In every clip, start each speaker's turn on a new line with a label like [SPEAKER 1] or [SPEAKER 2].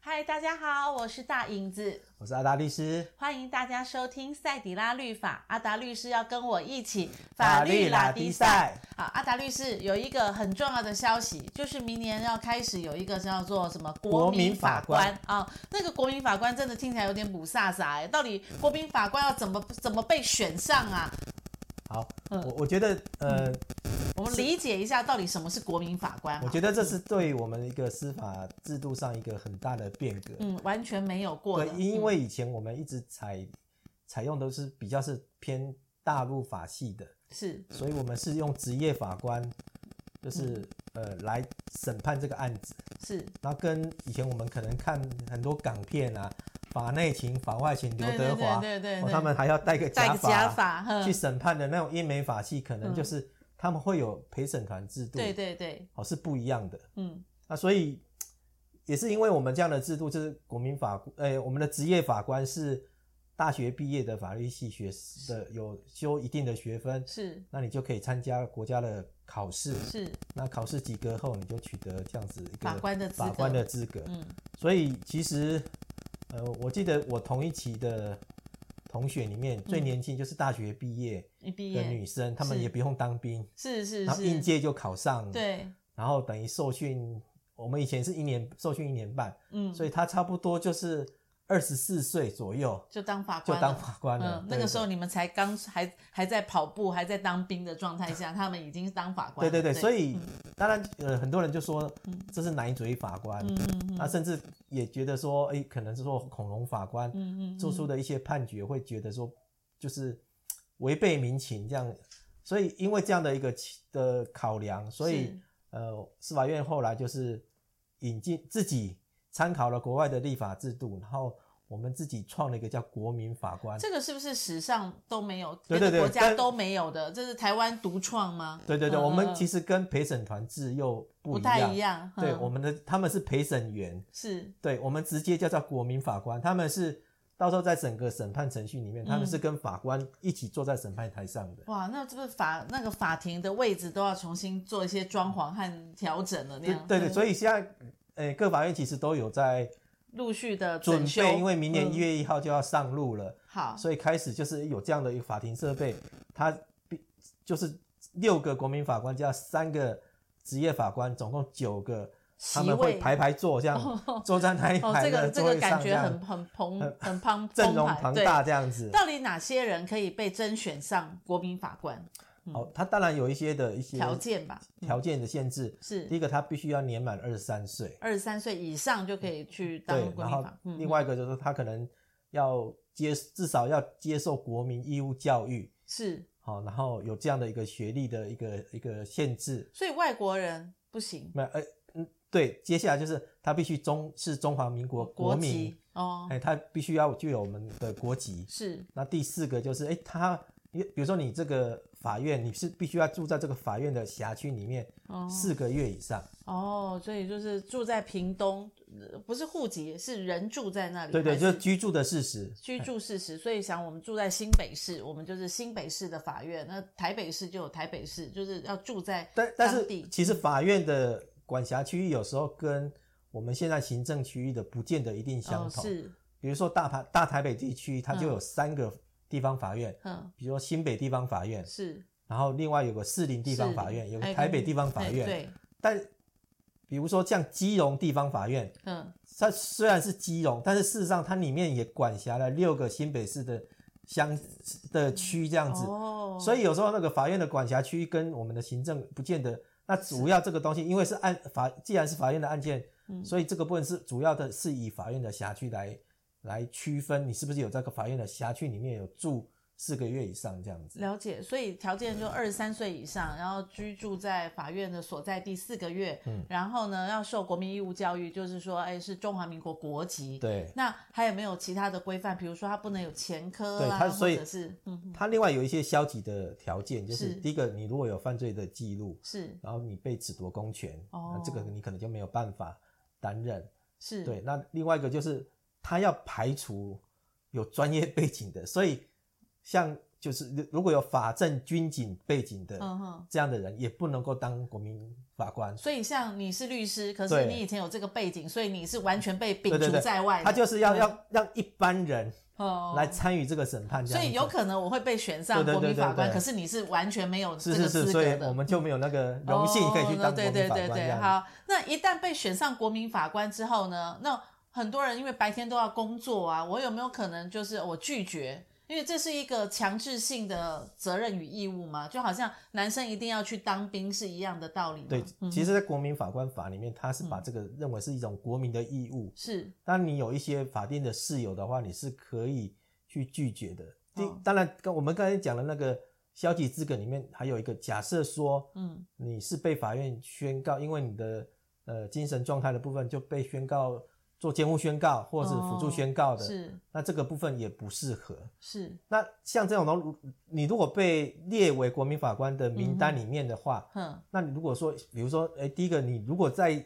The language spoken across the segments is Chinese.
[SPEAKER 1] 嗨，大家好，我是大影子，
[SPEAKER 2] 我是阿达律师，
[SPEAKER 1] 欢迎大家收听赛迪拉律法。阿达律师要跟我一起
[SPEAKER 2] 法律拉迪赛。
[SPEAKER 1] 好，阿达律师有一个很重要的消息，就是明年要开始有一个叫做什么
[SPEAKER 2] 国民法官
[SPEAKER 1] 啊、那个国民法官真的听起来有点不飒飒哎，到底国民法官要怎么怎么被选上啊？
[SPEAKER 2] 好，
[SPEAKER 1] 嗯
[SPEAKER 2] 我我觉得呃，
[SPEAKER 1] 我们理解一下到底什么是国民法官好。啊
[SPEAKER 2] 我觉得这是对我们一个司法制度上一个很大的变革。
[SPEAKER 1] 嗯，完全没有过
[SPEAKER 2] 对
[SPEAKER 1] 的，，嗯
[SPEAKER 2] 因为以前我们一直采采用都是比较是偏大陆法系的，
[SPEAKER 1] 是
[SPEAKER 2] 所以我们是用职业法官，就是
[SPEAKER 1] 嗯
[SPEAKER 2] 呃来审判这个案子。
[SPEAKER 1] 是，
[SPEAKER 2] 然后跟以前我们可能看很多港片啊，法内情、法外情，刘
[SPEAKER 1] 对
[SPEAKER 2] 德华，
[SPEAKER 1] 对对对对
[SPEAKER 2] 哦，他们还要戴个
[SPEAKER 1] 戴
[SPEAKER 2] 假
[SPEAKER 1] 个
[SPEAKER 2] 发，
[SPEAKER 1] 假发，哼
[SPEAKER 2] 去审判的那种英美法系，可能
[SPEAKER 1] 嗯
[SPEAKER 2] 就是他们会有陪审团制度，
[SPEAKER 1] 对对对，
[SPEAKER 2] 哦是不一样的。
[SPEAKER 1] 嗯，
[SPEAKER 2] 那所以也是因为我们这样的制度，就是国民法，呃，我们的职业法官是大学毕业的法律系学的，有修一定的学分，
[SPEAKER 1] 是
[SPEAKER 2] 那你就可以参加国家的考试。
[SPEAKER 1] 是，
[SPEAKER 2] 那考试及格后，你就取得这样子一个
[SPEAKER 1] 法官的资格
[SPEAKER 2] 法官的资格。
[SPEAKER 1] 嗯
[SPEAKER 2] 所以其实，呃，我记得我同一期的同学里面最年轻就是大学毕业。
[SPEAKER 1] 一毕
[SPEAKER 2] 的
[SPEAKER 1] 业
[SPEAKER 2] 女生，她们
[SPEAKER 1] 是
[SPEAKER 2] 也不用当兵，
[SPEAKER 1] 是是
[SPEAKER 2] 然后应
[SPEAKER 1] 是，
[SPEAKER 2] 届就考上，，
[SPEAKER 1] 对，
[SPEAKER 2] 然后等于受训，我们以前是一年受训一年半，
[SPEAKER 1] 嗯，
[SPEAKER 2] 所以她差不多就是二十四岁左右
[SPEAKER 1] 就当法
[SPEAKER 2] 就
[SPEAKER 1] 官
[SPEAKER 2] 当
[SPEAKER 1] 了
[SPEAKER 2] 法官了。
[SPEAKER 1] 嗯，
[SPEAKER 2] 对
[SPEAKER 1] 那个时候，你们才刚还还在跑步，还在当兵的状态下，他们已经当法官了。嗯
[SPEAKER 2] 对对对，所
[SPEAKER 1] 以
[SPEAKER 2] 以当然呃，很多人就说这是男主义法官，
[SPEAKER 1] 嗯嗯嗯
[SPEAKER 2] 那甚至也觉得说，哎，可能是说恐龙法官
[SPEAKER 1] 嗯嗯，
[SPEAKER 2] 做出的一些判决，会觉得说就是违背民情这样。所以，因为这样的一个起的考量，所以
[SPEAKER 1] 是
[SPEAKER 2] 呃，司法院后来就是引进自己参考了国外的立法制度，然后我们自己创了一个叫国民法官。
[SPEAKER 1] 这个是不是史上都没有，别
[SPEAKER 2] 对
[SPEAKER 1] 的
[SPEAKER 2] 对对
[SPEAKER 1] 国家
[SPEAKER 2] 但
[SPEAKER 1] 都没有的？这是台湾独创吗？
[SPEAKER 2] 对对对，
[SPEAKER 1] 嗯
[SPEAKER 2] 我
[SPEAKER 1] 嗯
[SPEAKER 2] 们
[SPEAKER 1] 嗯
[SPEAKER 2] 其实跟陪审团制又不
[SPEAKER 1] 不
[SPEAKER 2] 一
[SPEAKER 1] 太
[SPEAKER 2] 样。
[SPEAKER 1] 一样。
[SPEAKER 2] 对，
[SPEAKER 1] 嗯
[SPEAKER 2] 我们的他们是陪审员，
[SPEAKER 1] 是
[SPEAKER 2] 对我们直接叫做国民法官，他们是到时候在整个审判程序里面，他
[SPEAKER 1] 嗯
[SPEAKER 2] 们是跟法官一起坐在审判台上的。
[SPEAKER 1] 哇，那这个法那个法庭的位置都要重新做一些装潢和调整了，那
[SPEAKER 2] 对
[SPEAKER 1] 样
[SPEAKER 2] 对对，所
[SPEAKER 1] 以
[SPEAKER 2] 以现在呃各法院其实都有在
[SPEAKER 1] 嗯陆续的
[SPEAKER 2] 准
[SPEAKER 1] 整修
[SPEAKER 2] 备，因为明年
[SPEAKER 1] 嗯
[SPEAKER 2] 一月一号就要上路了。
[SPEAKER 1] 好
[SPEAKER 2] 所以开始就是有这样的一个法庭设备，它必就是六个国民法官加三个职业法官，总共九个，他
[SPEAKER 1] 席
[SPEAKER 2] 们会
[SPEAKER 1] 位
[SPEAKER 2] 排排坐，这样坐在那一
[SPEAKER 1] 哦，
[SPEAKER 2] 排
[SPEAKER 1] 这
[SPEAKER 2] 的
[SPEAKER 1] 个这
[SPEAKER 2] 座
[SPEAKER 1] 个
[SPEAKER 2] 位上，
[SPEAKER 1] 感
[SPEAKER 2] 这
[SPEAKER 1] 觉
[SPEAKER 2] 样
[SPEAKER 1] 很很澎很澎
[SPEAKER 2] 阵容
[SPEAKER 1] 澎湃
[SPEAKER 2] 庞
[SPEAKER 1] 对
[SPEAKER 2] 大这样子。
[SPEAKER 1] 到底哪些人可以被甄选上国民法官
[SPEAKER 2] 好，它当然有一些的一些
[SPEAKER 1] 条件吧？
[SPEAKER 2] 条件的限制，第
[SPEAKER 1] 是
[SPEAKER 2] 一个他必须要年满二十三岁，
[SPEAKER 1] 二十三岁以上就可以去当
[SPEAKER 2] 对，
[SPEAKER 1] 国
[SPEAKER 2] 然
[SPEAKER 1] 民
[SPEAKER 2] 后
[SPEAKER 1] 法，嗯，
[SPEAKER 2] 另外一个就是他可能要接至少要接受国民义务教育，
[SPEAKER 1] 是，
[SPEAKER 2] 好，然后有这样的一个学历的一个一个限制，
[SPEAKER 1] 所以外国人不行，
[SPEAKER 2] 没有，呃，嗯，对，接下来就是他必须中是中华民国国民，
[SPEAKER 1] 籍哦
[SPEAKER 2] 哎、，他必须要具有我们的国籍。
[SPEAKER 1] 是
[SPEAKER 2] 那第四个就是，哎，他，因为比如说你这个法院，你是必须要住在这个法院的辖区里面
[SPEAKER 1] 哦
[SPEAKER 2] 四个月以上。
[SPEAKER 1] 哦，所以就是住在屏东，呃不是户籍，是人住在那里，
[SPEAKER 2] 对对，
[SPEAKER 1] 还
[SPEAKER 2] 就是是哎居住的事实。
[SPEAKER 1] 居住事实，所以想我们住在新北市，我们就是新北市的法院，那台北市就有台北市，就是要住在
[SPEAKER 2] 但但
[SPEAKER 1] 当地嗯
[SPEAKER 2] 是其实法院的管辖区域有时候跟我们现在行政区域的不见得一定相
[SPEAKER 1] 哦
[SPEAKER 2] 同。
[SPEAKER 1] 是，
[SPEAKER 2] 比如说大台大台北地区，它就
[SPEAKER 1] 嗯
[SPEAKER 2] 有三个地方法院，
[SPEAKER 1] 嗯
[SPEAKER 2] 比如说新北地方法院，
[SPEAKER 1] 是
[SPEAKER 2] 然后另外有个士林地方法院，
[SPEAKER 1] 嗯是
[SPEAKER 2] 有
[SPEAKER 1] 还
[SPEAKER 2] 个
[SPEAKER 1] 有
[SPEAKER 2] 台北地方法
[SPEAKER 1] 哎
[SPEAKER 2] 院。
[SPEAKER 1] 对，
[SPEAKER 2] 但比如说像基隆地方法院，
[SPEAKER 1] 嗯。
[SPEAKER 2] 它虽然是基隆，但是事实上它里面也管辖了六个新北市的乡的区这样子。
[SPEAKER 1] 哦，
[SPEAKER 2] 所以有时候那个法院的管辖区跟我们的行政不见得。那主要这个东西，因为是案法，既然是法院的案件，
[SPEAKER 1] 嗯
[SPEAKER 2] 所以这个部分是主要的是以法院的辖区来来区分，你是不是有在这个法院的辖区里面有住四个月以上这样子。
[SPEAKER 1] 了解，所以条件就二十三岁以上，然后居住在法院的所在地四个月，
[SPEAKER 2] 嗯
[SPEAKER 1] 然后呢要受国民义务教育，就是说，哎，是中华民国国籍。
[SPEAKER 2] 对，
[SPEAKER 1] 那还有没有其他的规范？比如说，他不能有前科
[SPEAKER 2] 对
[SPEAKER 1] 啦，
[SPEAKER 2] 他所以
[SPEAKER 1] 或者是嗯
[SPEAKER 2] 他另外有一些消极的条件，就是
[SPEAKER 1] 是
[SPEAKER 2] 第一个，你如果有犯罪的记录，
[SPEAKER 1] 是
[SPEAKER 2] 然后你被褫夺公权，
[SPEAKER 1] 哦
[SPEAKER 2] 那这个你可能就没有办法担任。
[SPEAKER 1] 是，
[SPEAKER 2] 对，那另外一个就是他要排除有专业背景的，所以像就是如如果有法政军警背景的
[SPEAKER 1] 嗯哼。
[SPEAKER 2] 这样的人，也不能够当国民法官。
[SPEAKER 1] 所以像你是律师，可是
[SPEAKER 2] 对
[SPEAKER 1] 你以前有这个背景，所以你是完全被摒
[SPEAKER 2] 对对
[SPEAKER 1] 除
[SPEAKER 2] 对
[SPEAKER 1] 在外的。
[SPEAKER 2] 他就是要
[SPEAKER 1] 嗯
[SPEAKER 2] 要让一般人
[SPEAKER 1] 哦
[SPEAKER 2] 来参与这个审判，这
[SPEAKER 1] 所
[SPEAKER 2] 样子
[SPEAKER 1] 以有可能我会被选上
[SPEAKER 2] 对对
[SPEAKER 1] 国民
[SPEAKER 2] 对对
[SPEAKER 1] 法官，
[SPEAKER 2] 对
[SPEAKER 1] 可是你是完全没有这
[SPEAKER 2] 是
[SPEAKER 1] 个
[SPEAKER 2] 是
[SPEAKER 1] 资
[SPEAKER 2] 是，
[SPEAKER 1] 格
[SPEAKER 2] 所以
[SPEAKER 1] 的。嗯
[SPEAKER 2] 我们就没有那个荣幸可以去当
[SPEAKER 1] 哦
[SPEAKER 2] 国
[SPEAKER 1] 对
[SPEAKER 2] 民
[SPEAKER 1] 对
[SPEAKER 2] 法
[SPEAKER 1] 对
[SPEAKER 2] 官这
[SPEAKER 1] 对，
[SPEAKER 2] 样子。
[SPEAKER 1] 好，那一旦被选上国民法官之后呢，那很多人因为白天都要工作啊，我有没有可能就是我拒绝？因为这是一个强制性的责任与义务嘛，就好像男生一定要去当兵是一样的道理嘛。
[SPEAKER 2] 对
[SPEAKER 1] 嗯，
[SPEAKER 2] 其实，在国民法官法里面，他是把这个认为是一种国民的义务。
[SPEAKER 1] 是
[SPEAKER 2] 当你有一些法定的事由的话，你是可以去拒绝的。第、
[SPEAKER 1] 哦
[SPEAKER 2] 当然，跟我们刚才讲的那个消极资格里面，还有一个假设说
[SPEAKER 1] 嗯
[SPEAKER 2] 你是被法院宣告，因为你的呃精神状态的部分就被宣告做监护宣告或者辅助宣告的，
[SPEAKER 1] 是
[SPEAKER 2] 那这个部分也不适合。
[SPEAKER 1] 是
[SPEAKER 2] 那像这种东，你如果被列为国民法官的名单里面的话，
[SPEAKER 1] 哼
[SPEAKER 2] 那你如果说，比如说，哎、第一个，你如果在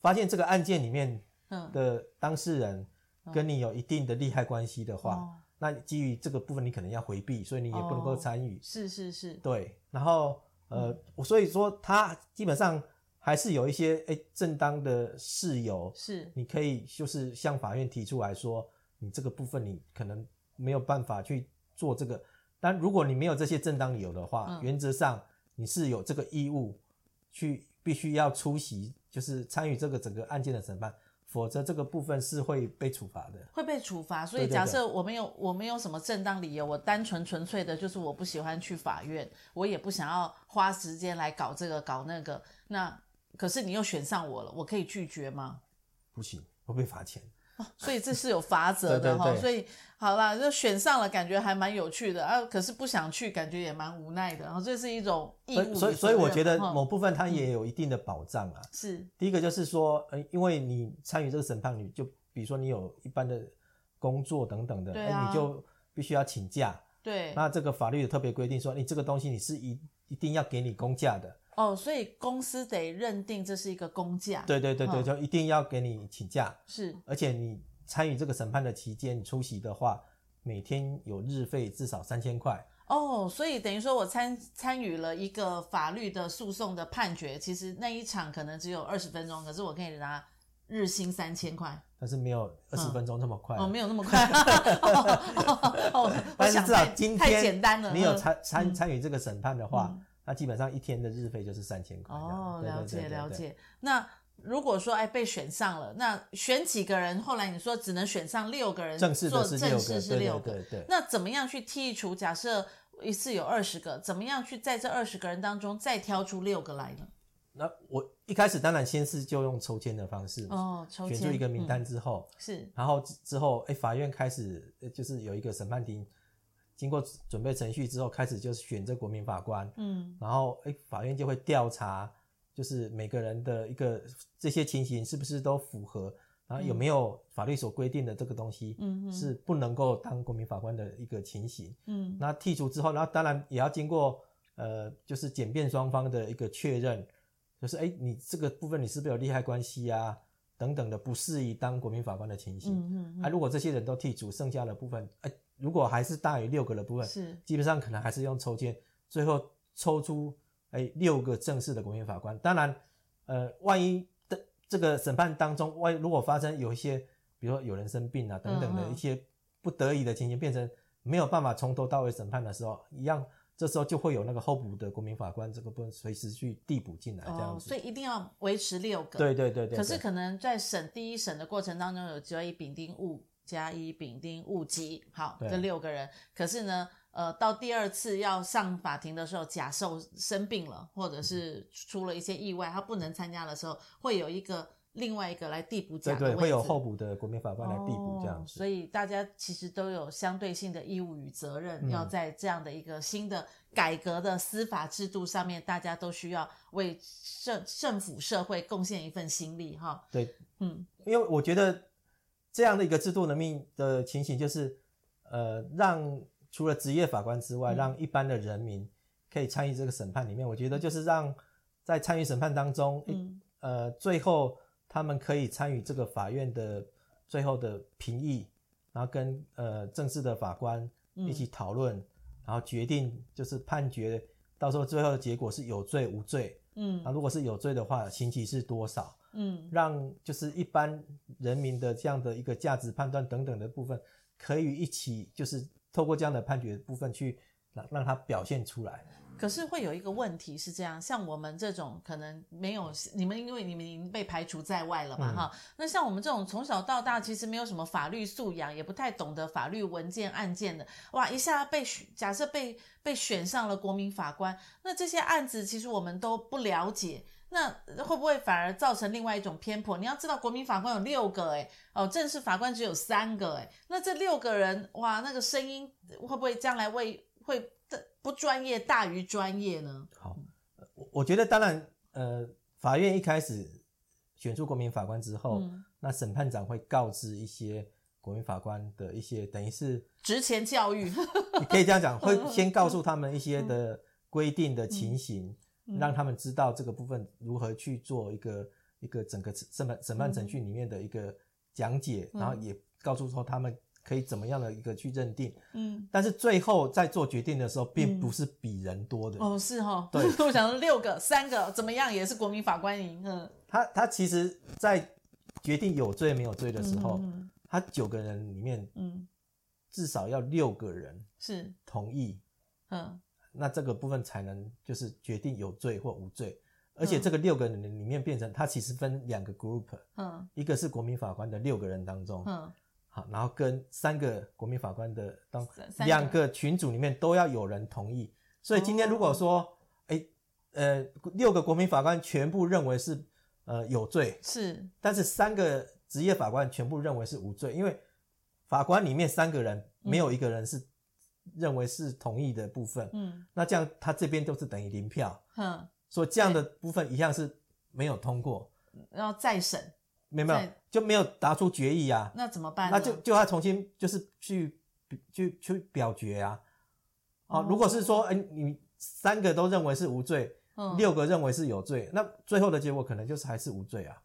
[SPEAKER 2] 发现这个案件里面
[SPEAKER 1] 哼
[SPEAKER 2] 的当事人跟你有一定的利害关系的话，
[SPEAKER 1] 哦
[SPEAKER 2] 那基于这个部分，你可能要回避，所以你也不能够参与。
[SPEAKER 1] 是是是
[SPEAKER 2] 对，然后呃，我所以说他基本上还是有一些哎、正当的事由，
[SPEAKER 1] 是
[SPEAKER 2] 你可以就是向法院提出来说，你这个部分你可能没有办法去做这个。但如果你没有这些正当理由的话，
[SPEAKER 1] 嗯
[SPEAKER 2] 原则上你是有这个义务去必须要出席，就是参与这个整个案件的审判，否则这个部分是会被处罚的。
[SPEAKER 1] 会被处罚。所以
[SPEAKER 2] 对对
[SPEAKER 1] 假设我没有我没有什么正当理由，我单纯纯粹的就是我不喜欢去法院，我也不想要花时间来搞这个搞那个。那可是你又选上我了，我可以拒绝吗？
[SPEAKER 2] 不行，会被罚钱。
[SPEAKER 1] 所以这是有 法则的哈
[SPEAKER 2] 对对。对
[SPEAKER 1] 所以好啦，就选上了，感觉还蛮有趣的啊。可是不想去，感觉也蛮无奈的。然后这是一种义
[SPEAKER 2] 所
[SPEAKER 1] 务
[SPEAKER 2] 以，所以所以我觉得
[SPEAKER 1] 哈嗯
[SPEAKER 2] 某部分它也有一定的保障啊。
[SPEAKER 1] 是
[SPEAKER 2] 第一个就是说，呃，因为你参与这个审判，你就比如说你有一般的工作等等的，
[SPEAKER 1] 对
[SPEAKER 2] 哎
[SPEAKER 1] 啊
[SPEAKER 2] 你就必须要请假。
[SPEAKER 1] 对
[SPEAKER 2] 那这个法律有特别规定说，你这个东西你是一一定要给你公假的，
[SPEAKER 1] 哦，所以公司得认定这是一个公价，
[SPEAKER 2] 对对对对，
[SPEAKER 1] 嗯
[SPEAKER 2] 就一定要给你请假，
[SPEAKER 1] 是
[SPEAKER 2] 而且你参与这个审判的期间，你出席的话，每天有日费至少三千块，
[SPEAKER 1] 哦，所以等于说我参参与了一个法律的诉讼的判决，其实那一场可能只有二十分钟，可是我可以拿日薪三千块，
[SPEAKER 2] 但是没有二十
[SPEAKER 1] 嗯
[SPEAKER 2] 分钟这么快。啊
[SPEAKER 1] 哦，没有那么快， 哦哦哦我
[SPEAKER 2] 但是
[SPEAKER 1] 想
[SPEAKER 2] 至少
[SPEAKER 1] 太
[SPEAKER 2] 今天
[SPEAKER 1] 太简单了，
[SPEAKER 2] 你有
[SPEAKER 1] 嗯
[SPEAKER 2] 参参参与这个审判的话，
[SPEAKER 1] 嗯
[SPEAKER 2] 那基本上一天的日费就是三千块这样。
[SPEAKER 1] 哦，
[SPEAKER 2] 对
[SPEAKER 1] 了解了。
[SPEAKER 2] 对对对对
[SPEAKER 1] 解。那如果说哎被选上了，那选几个人？后来你说只能选上六个人，
[SPEAKER 2] 正式
[SPEAKER 1] 做
[SPEAKER 2] 的是
[SPEAKER 1] 正
[SPEAKER 2] 六
[SPEAKER 1] 式
[SPEAKER 2] 个，
[SPEAKER 1] 是
[SPEAKER 2] 对
[SPEAKER 1] 六
[SPEAKER 2] 对
[SPEAKER 1] 个，
[SPEAKER 2] 对对。
[SPEAKER 1] 那怎么样去剔除？假设一次有二十个，怎么样去在这二十个人当中再挑出六个来呢？
[SPEAKER 2] 那我一开始当然先是就用抽签的方式，
[SPEAKER 1] 哦，抽
[SPEAKER 2] 选
[SPEAKER 1] 签
[SPEAKER 2] 出一个名
[SPEAKER 1] 嗯
[SPEAKER 2] 单之后，
[SPEAKER 1] 是
[SPEAKER 2] 然后之之后，哎，法院开始呃就是有一个审判庭，经过准备程序之后，开始就是选这国民法官，
[SPEAKER 1] 嗯
[SPEAKER 2] 然后哎，法院就会调查，就是每个人的一个这些情形是不是都符合，然后有没有法律所规定的这个东西。
[SPEAKER 1] 嗯哼
[SPEAKER 2] 是不能够当国民法官的一个情形。
[SPEAKER 1] 嗯
[SPEAKER 2] 那剔除之后，然后当然也要经过呃，就是检辩双方的一个确认，就是哎，诶你这个部分你是不是有利害关系啊等等的，不适宜当国民法官的情形。
[SPEAKER 1] 嗯嗯
[SPEAKER 2] 啊，如果这些人都剔除，剩下的部分，哎，如果还是大于六个的部
[SPEAKER 1] 嗯
[SPEAKER 2] 分，
[SPEAKER 1] 是
[SPEAKER 2] 基本上可能还是用抽签，最后抽出哎六个正式的国民法官。当然，呃，万一的这个审判当中，万一如果发生有一些，比如说有人生病啊等等的
[SPEAKER 1] 嗯嗯
[SPEAKER 2] 一些不得已的情形，变成没有办法从头到尾审判的时候，一样，这时候就会有那个候补的国民法官这个部分随时去递补进来，啊这样
[SPEAKER 1] 哦，
[SPEAKER 2] 子。
[SPEAKER 1] 所以一定要维持六个。
[SPEAKER 2] 对对对对。
[SPEAKER 1] 可是
[SPEAKER 2] 对
[SPEAKER 1] 可能在审第一审的过程当中，有甲乙丙丁戊加一丙丁戊己，好，
[SPEAKER 2] 对
[SPEAKER 1] 这六个人。可是呢，呃，到第二次要上法庭的时候，甲受生病了，或者是出了一些意外，他不能参加的时候，会有一个另外一个来递补甲
[SPEAKER 2] 对
[SPEAKER 1] 的位
[SPEAKER 2] 对，
[SPEAKER 1] 置，
[SPEAKER 2] 会有候补的国民法官来递补这样
[SPEAKER 1] 啊哦
[SPEAKER 2] 子。
[SPEAKER 1] 所以大家其实都有相对性的义务与责任，
[SPEAKER 2] 嗯
[SPEAKER 1] 要在这样的一个新的改革的司法制度上面，大家都需要为政政府社会贡献一份心力哈。
[SPEAKER 2] 对，
[SPEAKER 1] 嗯，
[SPEAKER 2] 因为我觉得这样的一个制度的命的情形，就是呃，让除了职业法官之外，
[SPEAKER 1] 嗯
[SPEAKER 2] 让一般的人民可以参与这个审判里面，我觉得就是让在参与审判当中，
[SPEAKER 1] 嗯
[SPEAKER 2] 呃，最后他们可以参与这个法院的
[SPEAKER 1] 嗯
[SPEAKER 2] 最后的评议，然后跟呃正式的法官一起讨论。然后决定就是判决，到时候最后的结果是有罪无罪。
[SPEAKER 1] 嗯
[SPEAKER 2] 那如果是有罪的话，刑期是多少？
[SPEAKER 1] 嗯
[SPEAKER 2] 让就是一般人民的这样的一个价值判断等等的部分，可以一起就是透过这样的判决部分去让让它表现出来。
[SPEAKER 1] 可是会有一个问题是这样，像我们这种可能没有你们，因为你们已经被排除在外了嘛，
[SPEAKER 2] 嗯
[SPEAKER 1] 哈。那像我们这种从小到大其实没有什么法律素养，也不太懂得法律文件案件的，哇，一下被选假设被被选上了国民法官，那这些案子其实我们都不了解。那会不会反而造成另外一种偏颇？你要知道，国民法官有六个、欸，哦，正式法官只有三个、欸，那这六个人，哇，那个声音会不会将来为会不专业大于专业呢？
[SPEAKER 2] 好，呃我我觉得当然，呃，法院一开始选出国民法官之后，
[SPEAKER 1] 嗯
[SPEAKER 2] 那审判长会告知一些国民法官的一些，等于是
[SPEAKER 1] 职前教育，
[SPEAKER 2] 你可以这样讲，会先告诉他们一些的规定的情形，
[SPEAKER 1] 嗯
[SPEAKER 2] 让他们知道这个部分如何去做一个一个整个审判审判程序里面的一个讲解，
[SPEAKER 1] 嗯
[SPEAKER 2] 然后也告诉说他们可以怎么样的一个去认定。
[SPEAKER 1] 嗯，
[SPEAKER 2] 但是最后在做决定的时候，并
[SPEAKER 1] 嗯
[SPEAKER 2] 不是比人多的，
[SPEAKER 1] 哦，是哦，
[SPEAKER 2] 对
[SPEAKER 1] 我想说六个、三个怎么样也是国民法官赢，嗯，
[SPEAKER 2] 他他其实在决定有罪没有罪的
[SPEAKER 1] 的
[SPEAKER 2] 时候，
[SPEAKER 1] 嗯
[SPEAKER 2] 他九个人里面
[SPEAKER 1] 嗯，
[SPEAKER 2] 至少要六个人
[SPEAKER 1] 是，
[SPEAKER 2] 同意，
[SPEAKER 1] 嗯
[SPEAKER 2] 那这个部分才能就是决定有罪或无罪。而且
[SPEAKER 1] 嗯
[SPEAKER 2] 这个六个人里面变成，他其实分两个 group，
[SPEAKER 1] 嗯
[SPEAKER 2] 一个是国民法官的六个人当中，
[SPEAKER 1] 嗯，
[SPEAKER 2] 好，然后跟三个国民法官的当
[SPEAKER 1] 三三个
[SPEAKER 2] 两个群组里面都要有人同意。所以今天如果
[SPEAKER 1] 哦
[SPEAKER 2] 说，哎、呃，六个国民法官全部认为是呃有罪，
[SPEAKER 1] 是，
[SPEAKER 2] 但是三个职业法官全部认为是无罪，因为法官里面三个人没有一个人是认为是同意的部分，
[SPEAKER 1] 嗯
[SPEAKER 2] 那这样他这边都是等于零票，
[SPEAKER 1] 哼，
[SPEAKER 2] 所以这样的部分一样是没有通过，
[SPEAKER 1] 然后再审，
[SPEAKER 2] 没有没有
[SPEAKER 1] 对
[SPEAKER 2] 就没有达出决议啊，
[SPEAKER 1] 那怎么办呢？
[SPEAKER 2] 那就就要重新就是去去去表决啊，啊，
[SPEAKER 1] 哦
[SPEAKER 2] 如果是说哎、你三个都认为是无罪，
[SPEAKER 1] 嗯
[SPEAKER 2] 六个认为是有罪，那最后的结果可能就是还是无罪啊。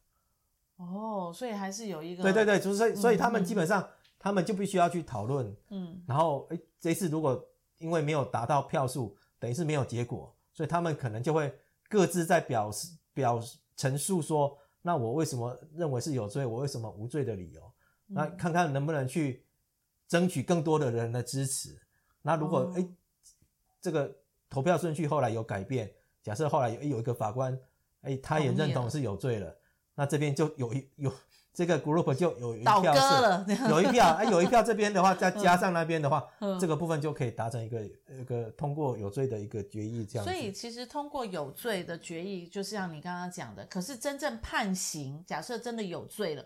[SPEAKER 1] 哦，所以还是有一个，
[SPEAKER 2] 对对，对，就是所以所以他
[SPEAKER 1] 嗯
[SPEAKER 2] 们
[SPEAKER 1] 嗯
[SPEAKER 2] 基本上、他们就必须要去讨论，
[SPEAKER 1] 嗯
[SPEAKER 2] 然后诶这一次如果因为没有达到票数，等于是没有结果，所以他们可能就会各自在表示表陈述说，那我为什么认为是有罪，我为什么无罪的理由，
[SPEAKER 1] 嗯
[SPEAKER 2] 那看看能不能去争取更多的人的支持。那如果
[SPEAKER 1] 哦
[SPEAKER 2] 诶这个投票顺序后来有改变，假设后来有诶有一个法官诶他也
[SPEAKER 1] 同意
[SPEAKER 2] 认
[SPEAKER 1] 了
[SPEAKER 2] 同是有罪了，那这边就有一有这个 group 就有一
[SPEAKER 1] 倒戈
[SPEAKER 2] 票是
[SPEAKER 1] 了，这样
[SPEAKER 2] 有一票，哎，有一票这边的话，再加上那边的话，
[SPEAKER 1] 嗯
[SPEAKER 2] 这个部分就可以达成一个一个通过有罪的一个决议，这样子。
[SPEAKER 1] 所以其实通过有罪的决议，就是像你刚刚讲的，可是真正判刑，假设真的有罪了，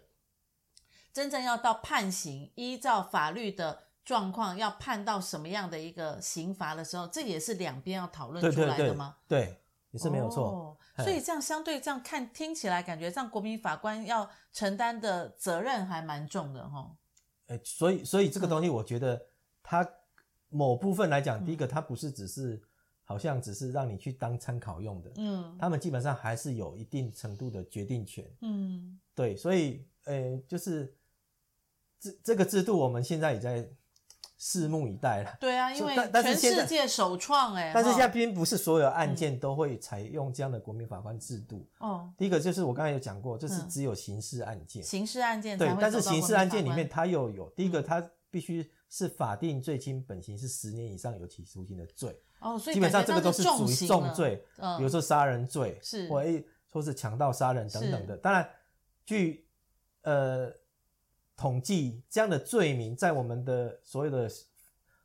[SPEAKER 1] 真正要到判刑，依照法律的状况要判到什么样的一个刑罚的时候，这也是两边要讨论
[SPEAKER 2] 对
[SPEAKER 1] 出
[SPEAKER 2] 对
[SPEAKER 1] 来
[SPEAKER 2] 对
[SPEAKER 1] 的吗？
[SPEAKER 2] 对，也是没有错。
[SPEAKER 1] 哦
[SPEAKER 2] 嘿
[SPEAKER 1] 所以这样相对这样看，听起来感觉这样国民法官要承担的责任还蛮重的哈。
[SPEAKER 2] 哎，所以所以这个
[SPEAKER 1] 嗯
[SPEAKER 2] 东西，我觉得它某部分来讲，第一个它不是只是好像只是让你去当参考用的，
[SPEAKER 1] 嗯
[SPEAKER 2] 他们基本上还是有一定程度的决定权。
[SPEAKER 1] 嗯
[SPEAKER 2] 对，所以呃，就是这这个制度，我们现在也在拭目以待了。
[SPEAKER 1] 对啊，因
[SPEAKER 2] 是
[SPEAKER 1] 为
[SPEAKER 2] 但但是
[SPEAKER 1] 全
[SPEAKER 2] 现在
[SPEAKER 1] 世界首创哎、
[SPEAKER 2] 但是现在
[SPEAKER 1] 哈嗯
[SPEAKER 2] 并不是所有案件都会采用这样的国民法官制度。
[SPEAKER 1] 哦，
[SPEAKER 2] 第一个就是我刚才有讲过，就是
[SPEAKER 1] 嗯
[SPEAKER 2] 只有刑事案件，
[SPEAKER 1] 刑事案件才
[SPEAKER 2] 对
[SPEAKER 1] 会，
[SPEAKER 2] 但是
[SPEAKER 1] 走到
[SPEAKER 2] 刑
[SPEAKER 1] 国
[SPEAKER 2] 事
[SPEAKER 1] 民
[SPEAKER 2] 案
[SPEAKER 1] 法
[SPEAKER 2] 件里
[SPEAKER 1] 官嗯
[SPEAKER 2] 面它又有第一个，它必须是法定最轻本刑是十年以上有期徒刑的罪，
[SPEAKER 1] 哦，所以
[SPEAKER 2] 基本上这个都
[SPEAKER 1] 是
[SPEAKER 2] 属于
[SPEAKER 1] 刑
[SPEAKER 2] 重
[SPEAKER 1] 了，
[SPEAKER 2] 罪，
[SPEAKER 1] 嗯，
[SPEAKER 2] 比如说杀人罪，
[SPEAKER 1] 是
[SPEAKER 2] 或诶说是强盗杀人等等的。当然，据呃统计，这样的罪名在我们的所有的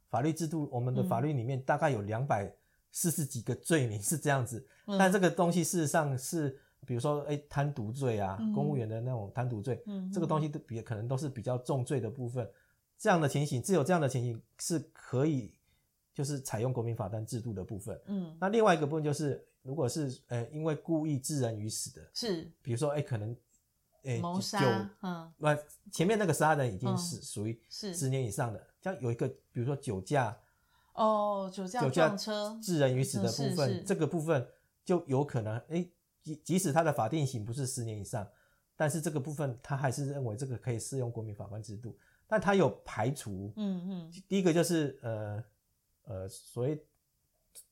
[SPEAKER 2] 法律制度，我们的
[SPEAKER 1] 嗯
[SPEAKER 2] 法律里面大概有两百四十几个罪名是这样子。
[SPEAKER 1] 嗯
[SPEAKER 2] 但这个东西事实上是，比如说诶贪渎罪啊，
[SPEAKER 1] 嗯
[SPEAKER 2] 公务员的那种贪渎罪，
[SPEAKER 1] 嗯
[SPEAKER 2] 这个东西都比可能都是比较重罪的部分。这样的情形，只有这样的情形是可以，就是采用国民法单制度的部分。
[SPEAKER 1] 嗯
[SPEAKER 2] 那另外一个部分就是，如果是呃因为故意致人于死的，
[SPEAKER 1] 是
[SPEAKER 2] 比如说哎、可能哎
[SPEAKER 1] 谋杀
[SPEAKER 2] 九，
[SPEAKER 1] 嗯
[SPEAKER 2] 那、前面那个杀人已
[SPEAKER 1] 嗯
[SPEAKER 2] 经是属于十
[SPEAKER 1] 是
[SPEAKER 2] 年以上的，像有一个比如说酒驾
[SPEAKER 1] 哦，酒驾
[SPEAKER 2] 酒驾
[SPEAKER 1] 撞车
[SPEAKER 2] 致人于死的部
[SPEAKER 1] 哦嗯是是
[SPEAKER 2] 分，这个部分就有可能哎即即使他的法定刑不是十年以上，但是这个部分他还是认为这个可以适用国民法官制度，但他有排除，
[SPEAKER 1] 嗯嗯
[SPEAKER 2] 第一个就是呃呃所谓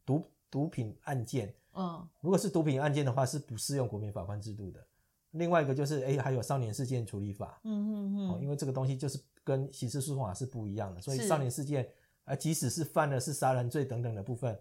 [SPEAKER 2] 毒毒品案件，
[SPEAKER 1] 嗯
[SPEAKER 2] 如果是毒品案件的话，是不适用国民法官制度的。另外一个就是，哎，还有少年事件处理法，
[SPEAKER 1] 嗯
[SPEAKER 2] 哦，
[SPEAKER 1] 嗯
[SPEAKER 2] 因为这个东西就是跟刑事诉讼法是不一样的，所以
[SPEAKER 1] 是
[SPEAKER 2] 少年事件，呃，即使是犯了是杀人罪等等的部分，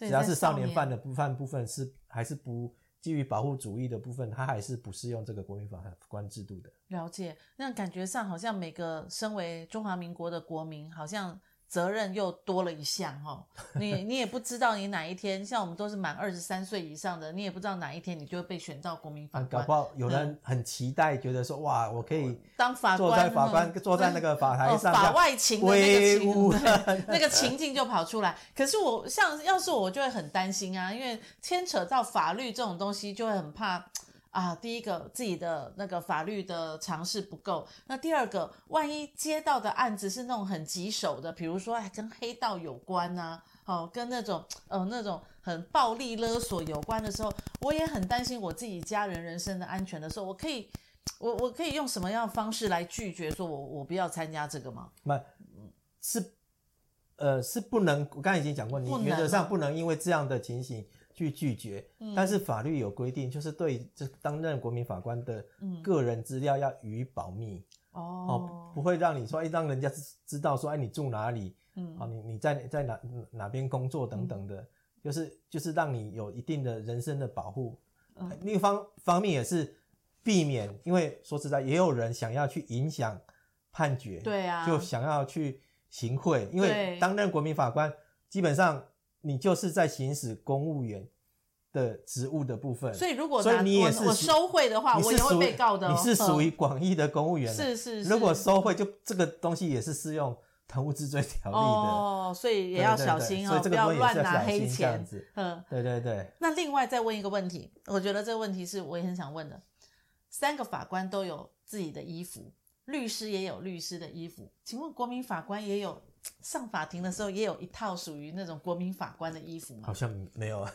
[SPEAKER 1] 嗯，
[SPEAKER 2] 只要是少年犯的部犯部分是还是不基于保护主义的部分，它还是不适用这个国民法官制度的。
[SPEAKER 1] 了解，那感觉上好像每个身为中华民国的国民，好像责任又多了一项哦。 你你也不知道你哪一天，像我们都是满二十三岁以上的，你也不知道哪一天你就会被选到国民法
[SPEAKER 2] 啊，搞
[SPEAKER 1] 官
[SPEAKER 2] 不，好有人很期待，觉得说哇，我可以
[SPEAKER 1] 当法官，
[SPEAKER 2] 坐在法官
[SPEAKER 1] 嗯
[SPEAKER 2] 坐在那个法台
[SPEAKER 1] 哦，
[SPEAKER 2] 上，
[SPEAKER 1] 法外 情的那个
[SPEAKER 2] 威
[SPEAKER 1] 情
[SPEAKER 2] 武，
[SPEAKER 1] 对那个情境就跑出来。可是我像要是我就会很担心啊，因为牵扯到法律这种东西，就会很怕。啊，第一个自己的那个法律的尝试不够，那第二个，万一接到的案子是那种很棘手的，比如说哎跟黑道有关呐、哦跟那种呃那种很暴力勒索有关的时候，我也很担心我自己家人人身的安全的时候，我可以我我可以用什么样的方式来拒绝？说我我不要参加这个吗？
[SPEAKER 2] 那是呃是不能，我刚才已经讲过，你
[SPEAKER 1] 不能
[SPEAKER 2] 原则
[SPEAKER 1] 啊嗯
[SPEAKER 2] 上不能因为这样的情形去拒绝，但是法律有规定，就是对这担任国民法官的
[SPEAKER 1] 嗯
[SPEAKER 2] 个人资料要予以保密、哦，
[SPEAKER 1] 哦，
[SPEAKER 2] 不会让你说哎让人家知知道说哎你住哪里，
[SPEAKER 1] 嗯
[SPEAKER 2] 哦，你你在在哪哪边工作等等的，就是就是让你有一定的人身的保护。
[SPEAKER 1] 嗯
[SPEAKER 2] 另一方方面也是避免，因为说实在，也有人想要去影响判决，
[SPEAKER 1] 对啊
[SPEAKER 2] 就想要去行贿，因为
[SPEAKER 1] 对
[SPEAKER 2] 担任国民法官，基本上你就是在行使公务员的职务的部分，
[SPEAKER 1] 所以如果
[SPEAKER 2] 所以
[SPEAKER 1] 拿
[SPEAKER 2] 你也
[SPEAKER 1] 我
[SPEAKER 2] 是
[SPEAKER 1] 我
[SPEAKER 2] 属
[SPEAKER 1] 收贿的话，
[SPEAKER 2] 你
[SPEAKER 1] 我
[SPEAKER 2] 是
[SPEAKER 1] 也会
[SPEAKER 2] 属于
[SPEAKER 1] 被告的、哦。
[SPEAKER 2] 你是属
[SPEAKER 1] 嗯
[SPEAKER 2] 于广义的公务员啊，
[SPEAKER 1] 是是是，
[SPEAKER 2] 如果收贿就，这个东西也是适用贪污治罪条例的。
[SPEAKER 1] 哦，所以也要
[SPEAKER 2] 对对对
[SPEAKER 1] 小心
[SPEAKER 2] 所
[SPEAKER 1] 哦，
[SPEAKER 2] 以这
[SPEAKER 1] 不
[SPEAKER 2] 个
[SPEAKER 1] 要
[SPEAKER 2] 东西也是
[SPEAKER 1] 乱拿
[SPEAKER 2] 小心
[SPEAKER 1] 黑
[SPEAKER 2] 这样
[SPEAKER 1] 钱。
[SPEAKER 2] 子。
[SPEAKER 1] 嗯，
[SPEAKER 2] 对对对，
[SPEAKER 1] 那另外再问一个问题，我觉得这个问题是我也很想问的。三个法官都有自己的衣服，律师也有律师的衣服，请问国民法官也有上法庭的时候也有一套属于那种国民法官的衣服吗
[SPEAKER 2] 好？像没有。啊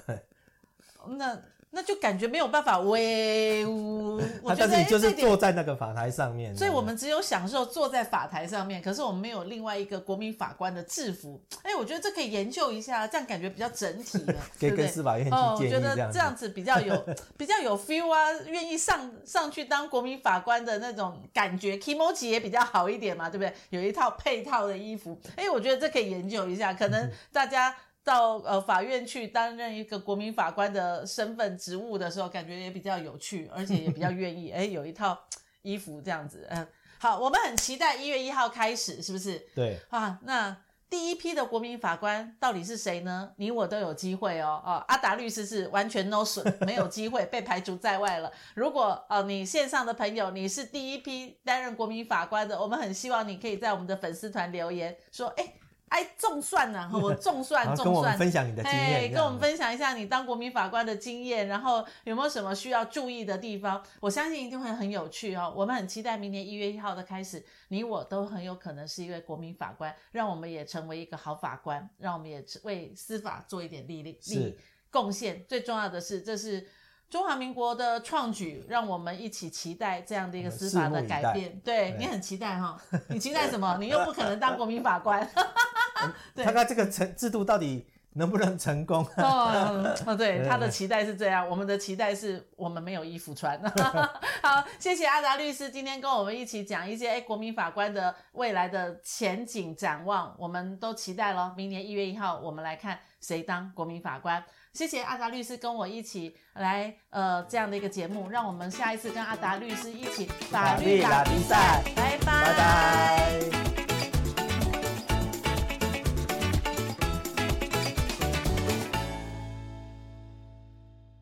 [SPEAKER 1] 那那就感觉没有办法威 武。我
[SPEAKER 2] 他
[SPEAKER 1] 觉
[SPEAKER 2] 啊
[SPEAKER 1] 得
[SPEAKER 2] 但是
[SPEAKER 1] 哎
[SPEAKER 2] 你就是
[SPEAKER 1] 这点，
[SPEAKER 2] 坐在那个法台上面，
[SPEAKER 1] 所以我们只有享受坐在法台上面，可是我们没有另外一个国民法官的制服。哎，我觉得这可以研究一下，这样感觉比较整体的，
[SPEAKER 2] 可
[SPEAKER 1] 对
[SPEAKER 2] 以
[SPEAKER 1] 不
[SPEAKER 2] 跟
[SPEAKER 1] 对？
[SPEAKER 2] 司法院去
[SPEAKER 1] 哦，我
[SPEAKER 2] 建议
[SPEAKER 1] 觉得
[SPEAKER 2] 样
[SPEAKER 1] 这
[SPEAKER 2] 子。
[SPEAKER 1] 样子比较 有比较有 feel 啊，愿意上上去当国民法官的那种感觉 k i m o j i 也比较好一点嘛，对不对？有一套配套的衣服，哎、我觉得这可以研究一下，可
[SPEAKER 2] 嗯
[SPEAKER 1] 能大家。到呃法院去担任一个国民法官的身份职务的时候，感觉也比较有趣，而且也比较愿 意哎、有一套衣服这样子。嗯，好，我们很期待一月一号开始，是不是？
[SPEAKER 2] 对，
[SPEAKER 1] 啊，那第一批的国民法官到底是谁呢？你我都有机会哦。哦，阿达律师是完全 no 损， 没有机会被排除在外了。如果呃你线上的朋友你是第一批担任国民法官的，我们很希望你可以在我们的粉丝团留言说，哎。哎，中算呐、我中算
[SPEAKER 2] 然后
[SPEAKER 1] 中
[SPEAKER 2] 跟我
[SPEAKER 1] 算
[SPEAKER 2] 们，分享你的经
[SPEAKER 1] 哎，
[SPEAKER 2] 验，
[SPEAKER 1] 跟我们分享一下你当国民法官的经验，然后有没有什么需要注意的地方？我相信一定会很有趣哦。我们很期待明年一月一号的开始，你我都很有可能是一位国民法官，让我们也成为一个好法官，让我们也为司法做一点力力力
[SPEAKER 2] 是
[SPEAKER 1] 贡献。最重要的是，这是。中华民国的创举，让我们一起期待这样的一个
[SPEAKER 2] 我们
[SPEAKER 1] 司法
[SPEAKER 2] 拭目
[SPEAKER 1] 的
[SPEAKER 2] 以
[SPEAKER 1] 改
[SPEAKER 2] 待
[SPEAKER 1] 变。对
[SPEAKER 2] 对
[SPEAKER 1] 你很期待哈，你期待什 么？你又不可能当国民法官，对
[SPEAKER 2] 看看这个成制度到底能不能成功。
[SPEAKER 1] 哦，哦对，
[SPEAKER 2] 对
[SPEAKER 1] 他的期待是这样，我们的期待是我们没有衣服穿。 好，谢谢阿达律师今天跟我们一起讲一些哎国民法官的未来的前景展望，我们都期待了。明年一月一号，我们来看谁当国民法官。谢谢阿达律师跟我一起来呃这样的一个节目，让我们下一次跟阿达律师一起法
[SPEAKER 2] 法律
[SPEAKER 1] 律打
[SPEAKER 2] 打
[SPEAKER 1] 比
[SPEAKER 2] 比
[SPEAKER 1] 赛
[SPEAKER 2] 赛，
[SPEAKER 1] 拜拜
[SPEAKER 2] 拜拜。